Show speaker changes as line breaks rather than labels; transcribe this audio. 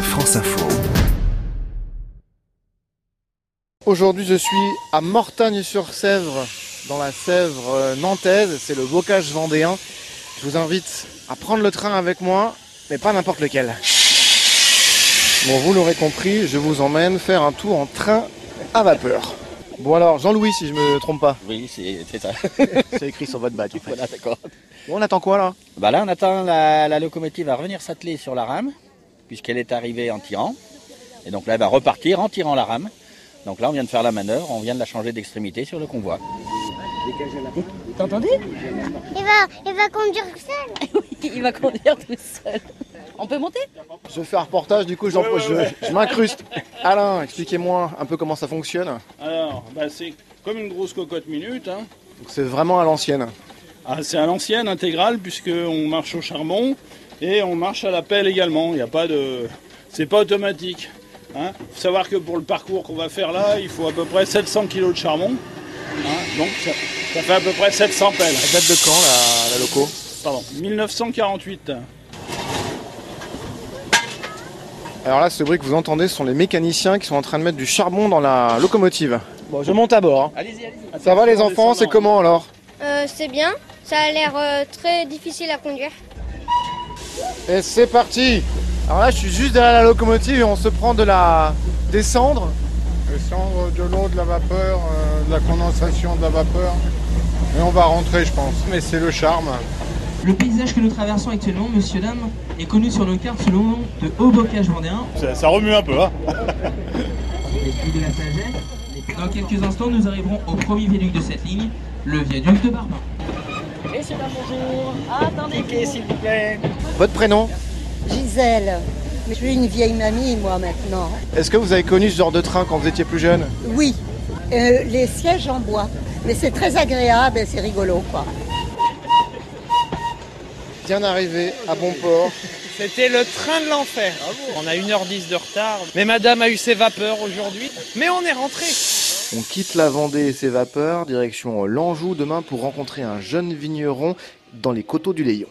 France Info.
Aujourd'hui, je suis à Mortagne-sur-Sèvre, dans la Sèvre euh, nantaise. C'est le bocage vendéen. Je vous invite à prendre le train avec moi, mais pas n'importe lequel. Bon, vous l'aurez compris, je vous emmène faire un tour en train à vapeur. Bon alors, Jean-Louis, si je me trompe pas.
Oui, c'est c'est ça.
C'est écrit sur votre badge. en fait.
voilà, d'accord.
Bon, on attend quoi là
Bah là, on attend la, la locomotive à revenir s'atteler sur la rame, puisqu'elle est arrivée en tirant. Et donc là, elle va repartir en tirant la rame. Donc là, on vient de faire la manœuvre, on vient de la changer d'extrémité sur le convoi.
T'as entendu
Il va, il va conduire seul.
Il va conduire tout seul. On peut monter
Je fais un reportage, du coup, j'en- je, je m'incruste. Alain, expliquez-moi un peu comment ça fonctionne.
Alors, bah, c'est comme une grosse cocotte minute. hein.
Donc, C'est vraiment à l'ancienne.
Ah, c'est à l'ancienne intégrale puisqu'on marche au charbon et on marche à la pelle également. Il n'y a pas de, c'est pas automatique. hein. Faut savoir que pour le parcours qu'on va faire là, il faut à peu près 700 kg de charbon. hein. Donc ça, ça fait à peu près 700 pelles.
Elle date de quand la, la loco
Pardon, 1948.
Alors là, ce bruit que vous entendez, ce sont les mécaniciens qui sont en train de mettre du charbon dans la locomotive. Bon, je monte à bord. hein.
Allez-y, allez-y.
Ça va les enfants, c'est
Descendant.
comment alors
Euh, c'est bien. Ça a l'air euh, très difficile à conduire.
Et c'est parti Alors là, je suis juste derrière la locomotive et on se prend de la descendre.
descendre de l'eau, de la vapeur, euh, de la condensation, de la vapeur. Et on va rentrer, je pense. Mais c'est le charme.
Le paysage que nous traversons actuellement, monsieur, dame, est connu sur nos cartes sous le nom de Haut Bocage Vendéen.
Ça, remue un peu. hein.
Les puits de la Sagesse. les- Dans quelques instants, nous arriverons au premier viaduc de cette ligne, le viaduc de Barbin.
Votre prénom
Gisèle, mais je suis une vieille mamie moi maintenant.
Est-ce que vous avez connu ce genre de train quand vous étiez plus jeune
Oui, euh, les sièges en bois, mais c'est très agréable et c'est rigolo quoi.
Bien arrivé à bon port.
C'était le train de l'enfer. On a 1h10 de retard. Mais madame a eu ses vapeurs aujourd'hui. Mais on est rentré.
On quitte la Vendée et ses vapeurs, direction l'Anjou demain pour rencontrer un jeune vigneron dans les coteaux du Léon.